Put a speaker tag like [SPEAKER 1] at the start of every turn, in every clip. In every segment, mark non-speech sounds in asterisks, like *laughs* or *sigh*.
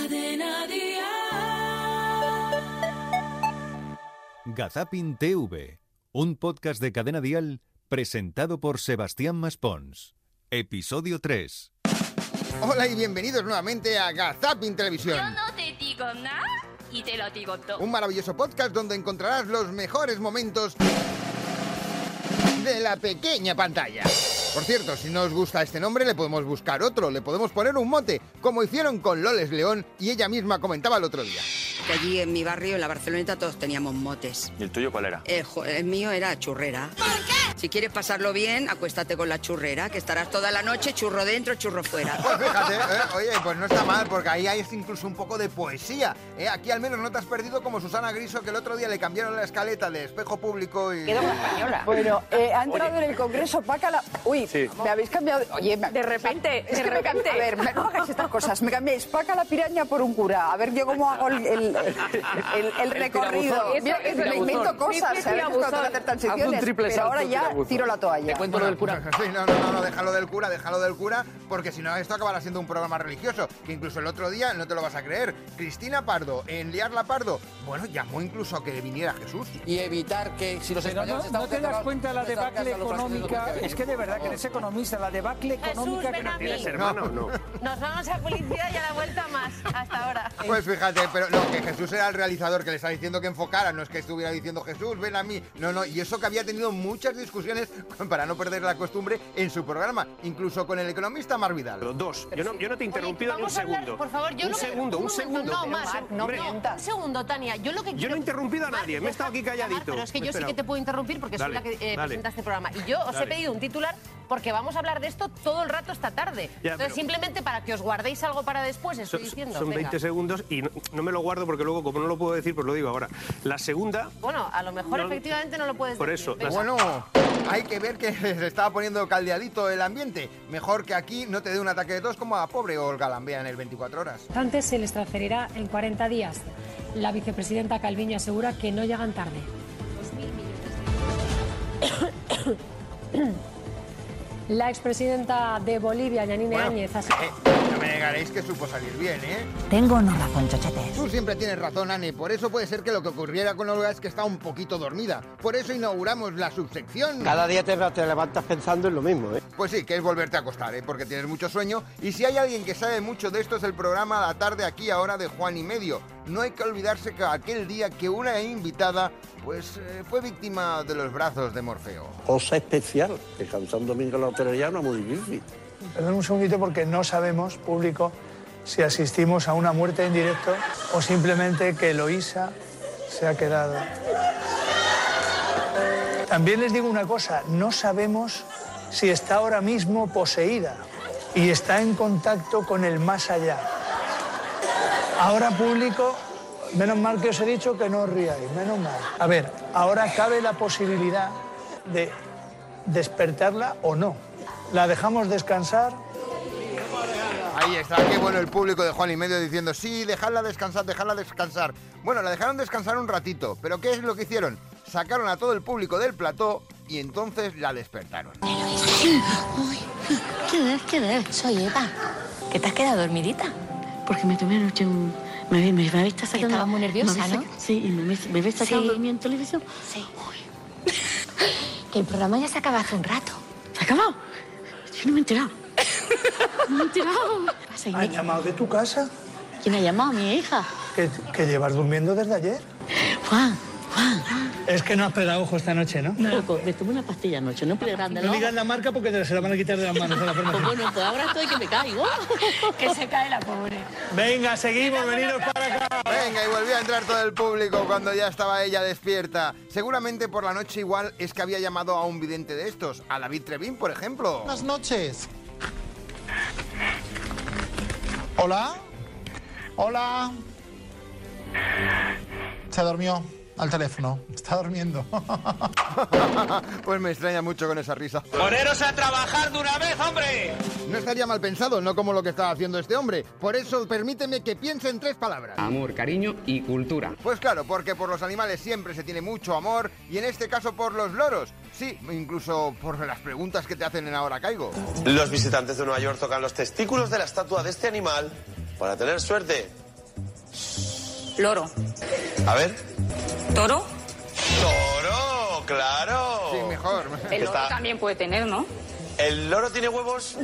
[SPEAKER 1] Cadena Dial.
[SPEAKER 2] Gazapin TV, un podcast de Cadena Dial presentado por Sebastián Maspons. Episodio 3.
[SPEAKER 3] Hola y bienvenidos nuevamente a Gazapin Televisión.
[SPEAKER 4] Yo no te digo nada y te lo digo todo.
[SPEAKER 3] Un maravilloso podcast donde encontrarás los mejores momentos de la pequeña pantalla. Por cierto, si no os gusta este nombre, le podemos buscar otro, le podemos poner un mote, como hicieron con Loles León y ella misma comentaba el otro día.
[SPEAKER 5] Que allí en mi barrio, en la Barceloneta, todos teníamos motes.
[SPEAKER 6] ¿Y el tuyo cuál era?
[SPEAKER 5] El, el mío era churrera.
[SPEAKER 4] ¿Por qué?
[SPEAKER 5] Si quieres pasarlo bien, acuéstate con la churrera, que estarás toda la noche churro dentro, churro fuera.
[SPEAKER 3] Pues fíjate, eh, oye, pues no está mal, porque ahí hay incluso un poco de poesía. Eh, aquí al menos no te has perdido como Susana Griso, que el otro día le cambiaron la escaleta de espejo público y...
[SPEAKER 7] Quedó española.
[SPEAKER 8] Bueno, eh, ha entrado oye. en el Congreso Pácala... Uy, Sí. me habéis cambiado.
[SPEAKER 7] Oye, me... de repente, es de que repente.
[SPEAKER 8] Me... a ver, me... no hagáis estas cosas. Me cambiáis paca la piraña por un cura. A ver, yo cómo hago el, el, el, el recorrido.
[SPEAKER 7] Eso, Mira,
[SPEAKER 8] me invento cosas. ¿sabes? hacer transiciones.
[SPEAKER 6] Un triple
[SPEAKER 8] pero ahora ya tiro la toalla.
[SPEAKER 6] Te cuento bueno, lo del cura.
[SPEAKER 3] Sí, no, no, no, no, déjalo del cura, déjalo del cura, porque si no, esto acabará siendo un programa religioso. Que incluso el otro día, no te lo vas a creer, Cristina Pardo, en Liarla Pardo, bueno, llamó incluso a que viniera Jesús.
[SPEAKER 9] Y evitar que si los
[SPEAKER 10] pero
[SPEAKER 9] españoles
[SPEAKER 10] no, no te das cuenta la debacle económica. Es que de verdad que economista, la debacle económica
[SPEAKER 11] Jesús, que
[SPEAKER 10] no
[SPEAKER 11] tienes,
[SPEAKER 6] hermano, no.
[SPEAKER 11] Nos vamos a publicidad y a la vuelta más, hasta ahora.
[SPEAKER 3] Pues fíjate, pero lo que Jesús era el realizador que le está diciendo que enfocara, no es que estuviera diciendo Jesús, ven a mí. No, no, y eso que había tenido muchas discusiones *laughs* para no perder la costumbre en su programa, incluso con el economista Mar Vidal.
[SPEAKER 6] Los dos. Yo no, yo no te he interrumpido
[SPEAKER 11] Oye,
[SPEAKER 6] en un segundo.
[SPEAKER 11] Hablar, por favor, yo
[SPEAKER 6] un
[SPEAKER 11] no
[SPEAKER 6] segundo,
[SPEAKER 11] me...
[SPEAKER 6] un, segundo.
[SPEAKER 11] No, Mar, no, no, un segundo, Tania. Yo lo que quiero...
[SPEAKER 6] Yo no he interrumpido a nadie, Mar, me he estado aquí calladito.
[SPEAKER 11] pero es que yo sí que te puedo interrumpir porque soy la que eh, presenta este programa. Y yo os
[SPEAKER 6] Dale.
[SPEAKER 11] he pedido un titular porque vamos a hablar de esto todo el rato esta tarde.
[SPEAKER 6] Ya,
[SPEAKER 11] Entonces,
[SPEAKER 6] pero-
[SPEAKER 11] simplemente para que os guardéis algo para después, estoy diciendo.
[SPEAKER 6] son
[SPEAKER 11] venga.
[SPEAKER 6] 20 segundos y no, no me lo guardo porque luego, como no lo puedo decir, pues lo digo ahora. La segunda,
[SPEAKER 11] Bueno, a lo mejor
[SPEAKER 6] No,
[SPEAKER 11] efectivamente no lo puedes
[SPEAKER 6] por
[SPEAKER 11] decir.
[SPEAKER 6] eso,
[SPEAKER 11] venga.
[SPEAKER 6] las-
[SPEAKER 3] Bueno, hay que ver que *laughs* se estaba poniendo caldeadito el ambiente. Mejor que aquí no te dé un ataque de tos como a pobre Olga Lambea en el 24 horas.
[SPEAKER 12] Antes se les transferirá en 40 días. La vicepresidenta Calviño asegura que no llegan
[SPEAKER 11] *coughs*
[SPEAKER 12] tarde. La expresidenta de Bolivia, Yanine
[SPEAKER 3] Bueno,
[SPEAKER 12] Áñez,
[SPEAKER 3] eh,
[SPEAKER 12] asegura...
[SPEAKER 3] no me negaréis que supo salir bien, ¿eh?
[SPEAKER 13] Tengo no razón, chochetes.
[SPEAKER 3] Tú siempre tienes razón, Anne. Por eso puede ser que lo que ocurriera con Olga es que está un poquito dormida. Por eso inauguramos la subsección.
[SPEAKER 9] Cada día te, te levantas pensando en lo mismo, ¿eh?
[SPEAKER 3] Pues sí, que es volverte a acostar, ¿eh? porque tienes mucho sueño. Y si hay alguien que sabe mucho de esto es el programa La Tarde aquí ahora de Juan y Medio. No hay que olvidarse que aquel día que una invitada pues eh, fue víctima de los brazos de Morfeo.
[SPEAKER 9] Cosa especial, que causar un domingo en la hotelería no es muy difícil.
[SPEAKER 14] Perdón un segundito porque no sabemos, público, si asistimos a una muerte en directo o simplemente que Eloísa se ha quedado. También les digo una cosa, no sabemos si está ahora mismo poseída y está en contacto con el más allá. Ahora, público, menos mal que os he dicho que no os riáis, menos mal. A ver, ahora cabe la posibilidad de despertarla o no. ¿La dejamos descansar?
[SPEAKER 3] Ahí está, qué bueno el público de Juan y Medio diciendo, sí, dejadla descansar, dejadla descansar. Bueno, la dejaron descansar un ratito, pero ¿qué es lo que hicieron? Sacaron a todo el público del plató y entonces la despertaron.
[SPEAKER 15] Uy, ¿qué es? ¿Qué es? Soy Eva. ¿Que te has quedado dormidita?
[SPEAKER 16] Porque me tomé anoche un... Me, ve- me, me habéis sacando...
[SPEAKER 15] Estaba muy nerviosa,
[SPEAKER 16] me habéis
[SPEAKER 15] ¿no?
[SPEAKER 16] sac- Sí, y me, habéis- me habéis sacado
[SPEAKER 15] Sí.
[SPEAKER 16] dormida en televisión.
[SPEAKER 15] Sí. *laughs* Que el programa ya se acaba hace un rato.
[SPEAKER 16] ¿Se ha acabado? Yo no me he enterado. No me he enterado.
[SPEAKER 15] *laughs*
[SPEAKER 16] Pasa,
[SPEAKER 14] ¿Han
[SPEAKER 16] Inés.
[SPEAKER 14] llamado de tu casa?
[SPEAKER 16] ¿Quién ha llamado? ¿Mi hija?
[SPEAKER 14] Que, que llevas durmiendo desde ayer.
[SPEAKER 16] Juan, Juan.
[SPEAKER 14] Es que no has pegado ojo esta noche, ¿no?
[SPEAKER 16] Loco, me tomé una pastilla anoche, no pude grande,
[SPEAKER 14] No
[SPEAKER 16] ¿no?
[SPEAKER 14] digas la marca porque te se la van a quitar de las manos a la
[SPEAKER 16] Pues
[SPEAKER 14] farmacia.
[SPEAKER 16] bueno, pues ahora estoy que me caigo.
[SPEAKER 11] *laughs* Que se cae la pobre.
[SPEAKER 14] Venga, seguimos, veniros para acá.
[SPEAKER 3] Venga, y volvió a entrar todo el público cuando ya estaba ella despierta. Seguramente por la noche igual es que había llamado a un vidente de estos, a David Trevín, por ejemplo.
[SPEAKER 17] Buenas noches. Hola. Hola. Se durmió al teléfono. Está durmiendo.
[SPEAKER 3] pues me extraña mucho con esa risa.
[SPEAKER 9] ¡Poneros a trabajar de una vez, hombre!
[SPEAKER 3] No estaría mal pensado, no como lo que estaba haciendo este hombre. Por eso permíteme que piense en tres palabras.
[SPEAKER 18] Amor, cariño y cultura.
[SPEAKER 3] Pues claro, porque por los animales siempre se tiene mucho amor y en este caso por los loros. Sí, incluso por las preguntas que te hacen en Ahora Caigo.
[SPEAKER 19] Los visitantes de Nueva York tocan los testículos de la estatua de este animal para tener suerte.
[SPEAKER 5] Loro.
[SPEAKER 3] A ver.
[SPEAKER 5] ¿Toro?
[SPEAKER 1] ¡Toro! ¡Claro!
[SPEAKER 3] Sí,
[SPEAKER 9] Oh. *laughs*
[SPEAKER 3] mejor.
[SPEAKER 7] El loro
[SPEAKER 1] Está-
[SPEAKER 7] también puede tener, ¿no?
[SPEAKER 1] ¿El loro tiene huevos?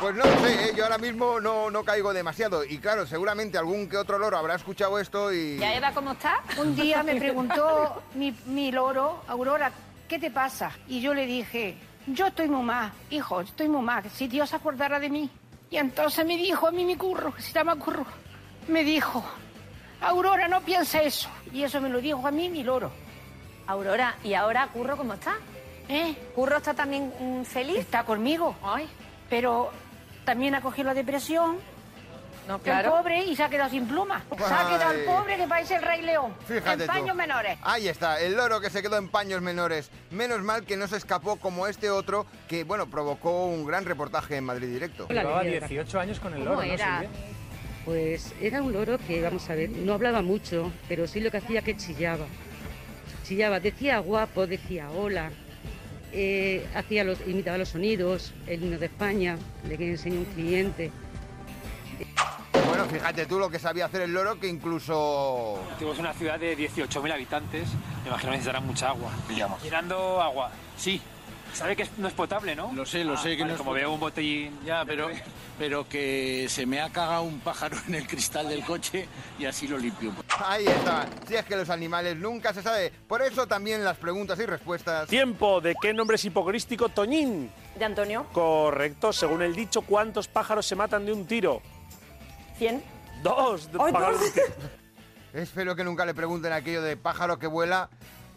[SPEAKER 3] Pues no lo sé, ¿eh? yo ahora mismo no, no caigo demasiado. Y claro, seguramente algún que otro loro habrá escuchado esto y...
[SPEAKER 19] ¿Ya Eva cómo está? Un día *laughs* me preguntó mi, mi loro, Aurora, ¿qué te pasa? Y yo le dije, yo estoy muy mal, hijo, estoy muy mal, si Dios se acordara de mí. Y entonces me dijo a mí mi curro, que se llama curro, me dijo, Aurora, no piensa eso. Y eso me lo dijo a mí mi loro.
[SPEAKER 11] Aurora, ¿y ahora Curro cómo está?
[SPEAKER 19] ¿Eh?
[SPEAKER 11] ¿Curro está también mm, feliz?
[SPEAKER 19] Está conmigo. Pero también ha cogido la depresión. No,
[SPEAKER 11] claro.
[SPEAKER 19] El pobre y se ha quedado sin pluma. Se ha
[SPEAKER 3] Pues, Ay.
[SPEAKER 19] quedado el pobre que parece el Rey León.
[SPEAKER 3] Fíjate
[SPEAKER 19] en
[SPEAKER 3] tú.
[SPEAKER 19] paños menores.
[SPEAKER 3] Ahí está, el loro que se quedó en paños menores. Menos mal que no se escapó como este otro que, bueno, provocó un gran reportaje en Madrid Directo.
[SPEAKER 20] Llevaba 18 años con el
[SPEAKER 21] ¿Cómo
[SPEAKER 20] loro, ¿no?
[SPEAKER 21] era?
[SPEAKER 20] Silvia?
[SPEAKER 21] Pues era un loro que, vamos a ver, no hablaba mucho, pero sí lo que hacía que chillaba. Chillaba, decía guapo, decía hola, eh, hacía los, imitaba los sonidos, el himno de España, le que enseñó un cliente.
[SPEAKER 3] Bueno, fíjate tú lo que sabía hacer el loro que incluso...
[SPEAKER 22] Tenemos una ciudad de 18.000 habitantes. Me imagino que necesitarán mucha agua. Llenando agua. Sí. Sabe que es- no es potable, ¿no? Lo sé,
[SPEAKER 23] lo sé que no es
[SPEAKER 22] Como
[SPEAKER 23] potable.
[SPEAKER 22] veo un botellín.
[SPEAKER 23] Ya, pero, pero que se me ha cagado un pájaro en el cristal del coche y así lo limpio.
[SPEAKER 3] Ahí está, si es que los animales nunca se sabe. Por eso también las preguntas y respuestas...
[SPEAKER 24] Tiempo, ¿de qué nombre es hipocrístico Toñín?
[SPEAKER 7] De Antonio,
[SPEAKER 24] Correcto, según el dicho, ¿cuántos pájaros se matan de un tiro?
[SPEAKER 7] 100.
[SPEAKER 24] Dos de
[SPEAKER 7] Ay,
[SPEAKER 24] pájaros de un tiro.
[SPEAKER 3] Espero que nunca le pregunten aquello de pájaro que vuela,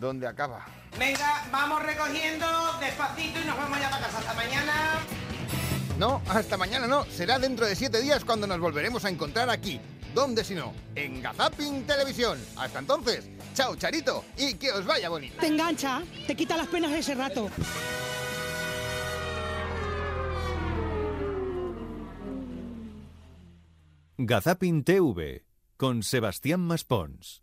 [SPEAKER 3] ¿dónde acaba?
[SPEAKER 25] Venga, vamos recogiendo despacito y nos vamos ya para casa. Hasta mañana.
[SPEAKER 3] No, hasta mañana no. Será dentro de siete días cuando nos volveremos a encontrar aquí. ¿Dónde si no? En Gazapin Televisión. Hasta entonces, chao Charito y que os vaya bonito.
[SPEAKER 25] Te engancha, te quita las penas de ese rato.
[SPEAKER 2] Gazapin TV con Sebastián Maspons.